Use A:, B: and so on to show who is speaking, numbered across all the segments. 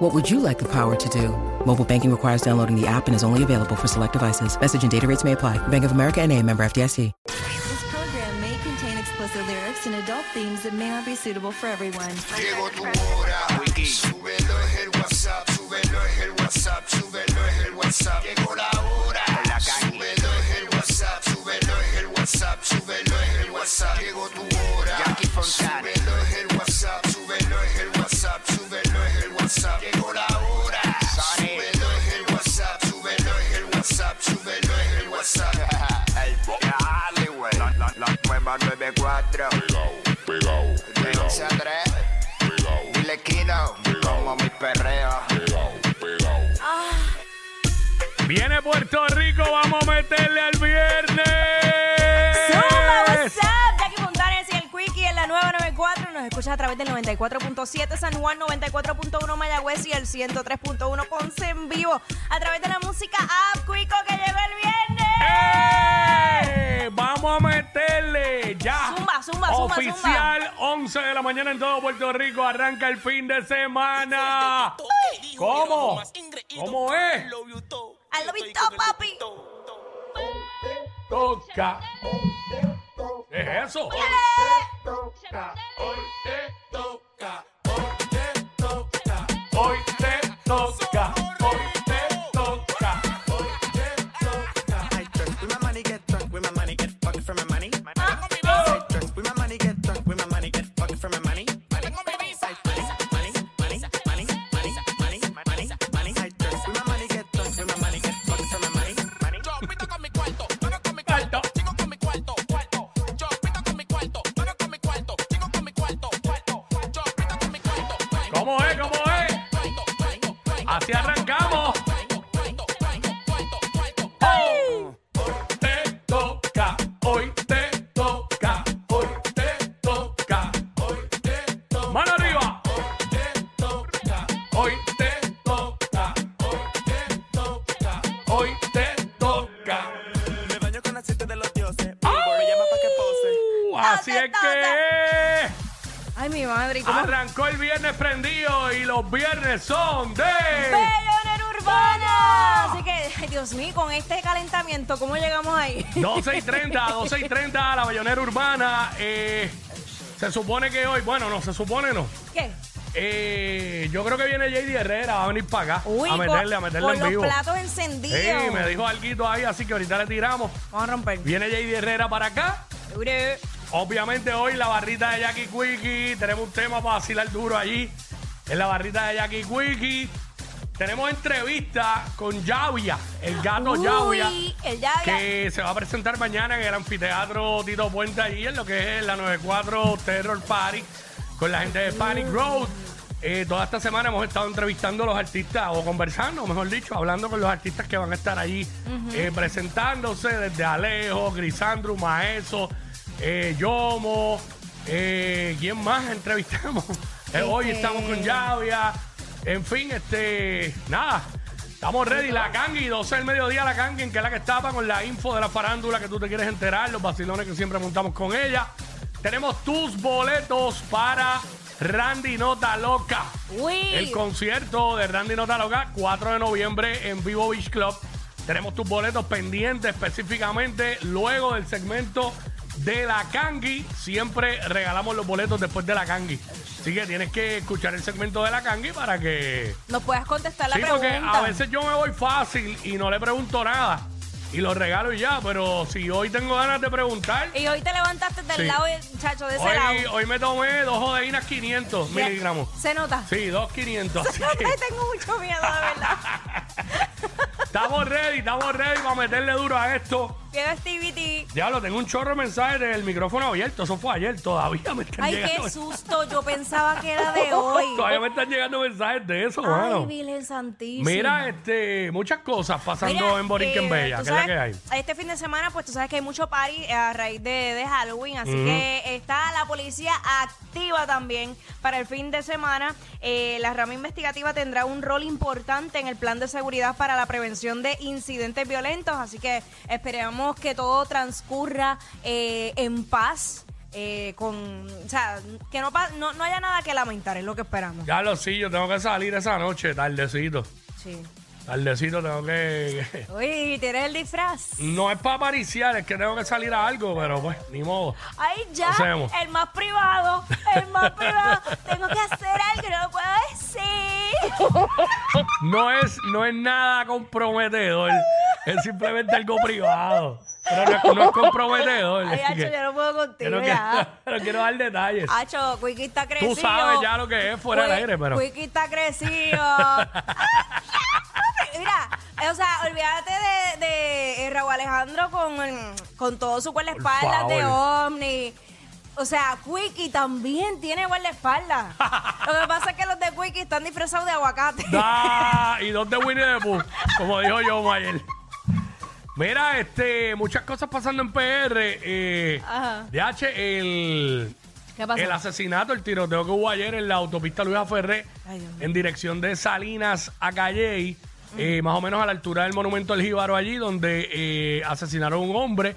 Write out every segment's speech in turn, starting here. A: What would you like the power to do? Mobile banking requires downloading the app and is only available for select devices. Message and data rates may apply. Bank of America and a member FDIC.
B: This program may contain explicit lyrics and adult themes that may not be suitable for everyone.
C: Llegó tu hora. Súbelo en el WhatsApp, súbelo en el WhatsApp, súbelo en el WhatsApp. Llegó la hora. Súbelo en el WhatsApp, súbelo en el WhatsApp, súbelo en el WhatsApp. Llegó tu hora. Súbelo en el WhatsApp, súbelo en el WhatsApp, súbelo en el WhatsApp. Llegó la hora. Súbelo en el WhatsApp, súbelo en el WhatsApp, súbelo en el WhatsApp.
D: El bo- Dale, güey. La, la, la nueva 94.
E: pegado,
D: De 11 a 3. Dile Kino. Como mi perreo.
E: pegado, pegado.
F: Viene Puerto Rico, vamos a meterle al
G: Zumba,
F: viernes.
G: what's up? Jackie Fontanes y el Quickie en la 994. Nos escuchas a través del 94.7 San Juan, 94.1 Mayagüez y el 103.1 Ponce en vivo. A través de la música App Quico que llegó el viernes.
F: ¡Eh! Vamos a meterle ya.
G: Zumba, zumba, zumba,
F: Oficial 11 de la mañana en todo Puerto Rico. Arranca el fin de semana. ¿Cómo? ¿Cómo es?
G: I love you todo, papi.
F: Toca. ¿Qué es eso? Hoy te toca. Hoy te toca.
H: I drink with my money, get drunk with my money, get fucked for my money. I drink with my money, get drunk with my money, get fucked for my money. I drink with my money, get drunk with my money, get fucked for my money. Money.
F: ¿Cómo es? ¿Cómo es? Así arrancamos. Oh. Hoy te toca, hoy te toca, hoy te toca, hoy te toca. Mano arriba. Hoy te toca, hoy te toca, hoy te toca.
H: Me baño con aceite de los dioses. Billboard me llama pa' que pose.
F: Uh, Así es que es.
G: Ay, mi madre, ¿cómo?
F: arrancó el viernes prendido y los viernes son de.
G: Bellonera Urbana. Así que, ay, Dios mío, con este calentamiento, ¿cómo llegamos ahí?
F: 12 y 30, 12 y 30, la bayonera urbana. eh, se supone que hoy, bueno, no, se supone no.
G: ¿Qué?
F: Eh, yo creo que viene JD Herrera, va a venir para acá
G: Uy,
F: a meterle, a
G: con-
F: meterle
G: con
F: en vivo.
G: los platos encendidos.
F: Sí, me dijo alguito ahí, así que ahorita le tiramos.
G: Vamos a romper.
F: Viene JD Herrera para acá.
G: Ure.
F: Obviamente hoy la barrita de Jackie Quickie. Tenemos un tema para vacilar duro allí. En la barrita de Jackie Quickie. Tenemos entrevista con Yavia, el gato Yavia.
G: Uy, el Yavia.
F: Que se va a presentar mañana en el anfiteatro Tito Puente allí en lo que es la 94 Terror Party con la gente de Panic Road. Eh, toda esta semana hemos estado entrevistando a los artistas o conversando, mejor dicho, hablando con los artistas que van a estar allí eh, presentándose desde Alejo, Grisandru, Maeso, eh, Yomo, eh, ¿quién más entrevistamos? Eh, hoy estamos con Yavia, en fin, este, nada. Estamos ready, la Kangi, 12 del mediodía, la Kangi, en que es la que estaba con la info de la farándula que tú te quieres enterar, los vacilones que siempre montamos con ella. Tenemos tus boletos para Randy Nota Loca.
G: Uy.
F: El concierto de Randy Nota Loca, 4 de noviembre en Vivo Beach Club. Tenemos tus boletos pendientes específicamente luego del segmento de la Kangi. Siempre regalamos los boletos después de la Kangi. Así que tienes que escuchar el segmento de la Kangi para que
G: Nos puedes contestar la
F: sí, porque
G: pregunta.
F: a veces yo me voy fácil y no le pregunto nada. Y lo regalo y ya, pero si hoy tengo ganas de preguntar,
G: Y hoy te levantaste del
F: Sí.
G: lado, chacho, de ese
F: hoy,
G: lado.
F: hoy me tomé dos jodeinas 500
G: Ya,
F: miligramos.
G: Se nota.
F: Sí, dos 500. así que
G: Ay, tengo mucho miedo, de verdad.
F: estamos ready, estamos ready para meterle duro a esto.
G: Piedra Activity.
F: Diablo, tengo un chorro de mensajes del micrófono abierto. Eso fue ayer. Todavía me están
G: Ay,
F: llegando.
G: qué susto. Yo pensaba que era de hoy.
F: Todavía me están llegando mensajes de eso,
G: Ay,
F: mano.
G: Virgen Santísima.
F: Mira, este, muchas cosas pasando
G: Mira,
F: en Borinquenbella,
G: eh,
F: que
G: tú
F: es la que hay.
G: sabes, Este fin de semana, pues tú sabes que hay mucho party a raíz de, de Halloween, así que está la policía activa también para el fin de semana. Eh, la rama investigativa tendrá un rol importante en el plan de seguridad para la prevención de incidentes violentos, así que esperemos que todo transcurra eh, en paz. eh, con, o sea, que no, pa- no, no haya nada que lamentar, es lo que esperamos.
F: Diablo, sí, yo tengo que salir esa noche, tardecito.
G: Sí.
F: Tardecito tengo que...
G: Uy, tienes el disfraz.
F: No es para pariciar, es que tengo que salir a algo, pero pues, ni modo.
G: Ay, ya,
F: Hacemos.
G: el más privado, el más privado. Tengo que hacer algo, no lo puedo decir.
F: No es, no es nada comprometedor, es simplemente algo privado. Pero no es, no es comprometedor.
G: Ay,
F: así
G: Hacho,
F: que-
G: yo no puedo
F: yo
G: contigo,
F: no quiero,
G: ya.
F: no quiero dar detalles.
G: Hacho, Quickie está crecido.
F: Tú sabes ya lo que es fuera del
G: Qui-
F: aire, pero...
G: Quickie está crecido. Ay, ya, Mira, eh, o sea, olvídate de, de eh, Raúl Alejandro con, el- con todo su guardaespaldas de Omni. O sea, Quickie también tiene guardaespaldas. Lo que pasa es que los de Quickie están disfrazados de aguacate.
F: Da, Ah, y dos de Winnie the Pooh, como dijo yo ayer. Mira, este, muchas cosas pasando en PR. Eh,
G: Ajá.
F: DH, el,
G: ¿Qué pasó?
F: el asesinato, el tiroteo que hubo ayer en la autopista Luisa Ferré,
G: Ay, Dios mío.
F: en dirección de Salinas a Calley, eh, más o menos a la altura del Monumento del Jíbaro allí, donde eh, asesinaron a un hombre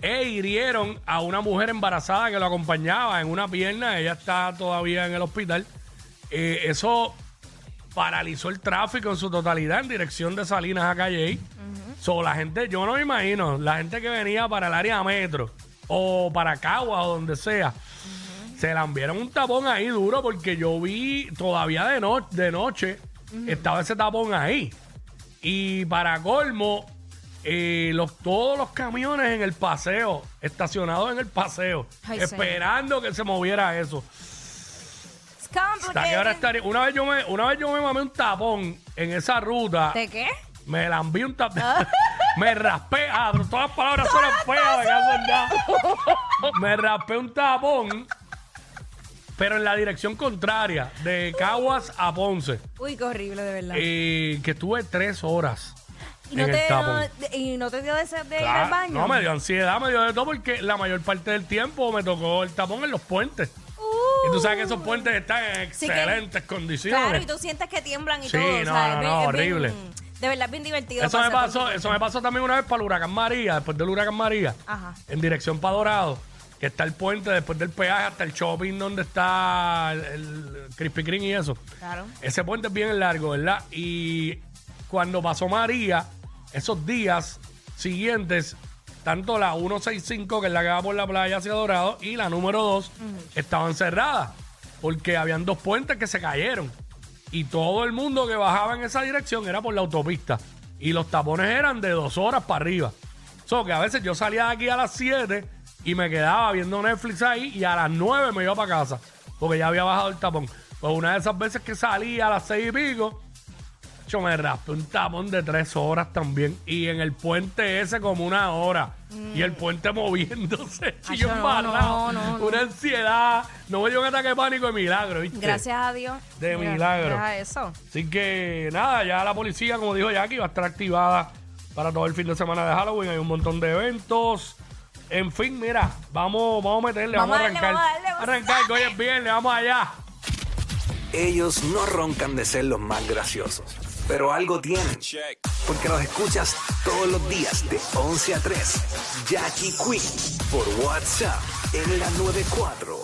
F: e hirieron a una mujer embarazada que lo acompañaba en una pierna. Ella está todavía en el hospital. Eh, eso paralizó el tráfico en su totalidad en dirección de Salinas a Calle. So, la gente, yo no me imagino, la gente que venía para el área metro o para Cagua o donde sea, se la enviaron un tapón ahí duro porque yo vi todavía de, no- de noche estaba ese tapón ahí. Y para colmo, eh, los, todos los camiones en el paseo, estacionados en el paseo,
G: Ay, señor.
F: esperando que se moviera eso.
G: It's
F: Hasta que ahora
G: complicated.
F: estaría- Una vez yo me, una vez yo me mamé un tapón en esa ruta.
G: ¿De qué?
F: Me lambí un tapón.
G: Ah.
F: me raspé. Ah, pero todas las palabras son feas, de verdad. me raspé un tapón, pero en la dirección contraria, de Caguas a Ponce.
G: Uy, qué horrible, de verdad.
F: Eh, que estuve tres horas.
G: y, no
F: en
G: te,
F: el tapón.
G: no- y no te dio deseo de ir
F: Claro,
G: al baño.
F: no, me dio ansiedad, me dio de todo porque la mayor parte del tiempo me tocó el tapón en los puentes.
G: Uh,
F: Y tú sabes que esos puentes están en
G: Sí que-
F: excelentes condiciones.
G: Claro, y tú sientes que tiemblan y
F: Sí,
G: todo. o
F: no,
G: sea,
F: no,
G: es bien-
F: no,
G: es bien-
F: horrible.
G: de verdad es bien divertido.
F: Eso me,
G: pasar por-
F: pasó, eso me pasó también una vez para el huracán María, después del huracán María,
G: Ajá.
F: en dirección para Dorado, que está el puente después del peaje hasta el shopping donde está el, el Krispy Kreme y eso.
G: Claro.
F: Ese puente es bien largo, ¿verdad? Y cuando pasó María, esos días siguientes, tanto la 165, que es la que va por la playa hacia Dorado, y la número 2, estaban cerradas, porque habían dos puentes que se cayeron. Y todo el mundo que bajaba en esa dirección era por la autopista. Y los tapones eran de dos horas para arriba. So que a veces yo salía de aquí a las 7 y me quedaba viendo Netflix ahí y a las 9 me iba para casa porque ya había bajado el tapón. Pues una de esas veces que salí a las 6 y pico, yo me raspé un tapón de 3 horas también y en el puente ese como una hora. Y el puente moviéndose, y yo
G: no,
F: embarrado.
G: no, no, no.
F: Una ansiedad. No me dio un ataque de pánico de milagro, ¿viste?
G: Gracias a Dios.
F: este, De milagro.
G: deja eso.
F: Así que nada, ya la policía, como dijo Jackie, va a estar activada para todo el fin de semana de Halloween. Hay un montón de eventos. En fin, mira, vamos, vamos a meterle,
G: Vamos
F: vamos,
G: a
F: a
G: darle,
F: arrancar.
G: vamos a darle,
F: a arrancar, que hoy es viernes, vamos allá.
I: Ellos no roncan de ser los más graciosos, pero algo tienen, porque los escuchas todos los días de 11 a 3. Jackie Quinn por WhatsApp en la 94.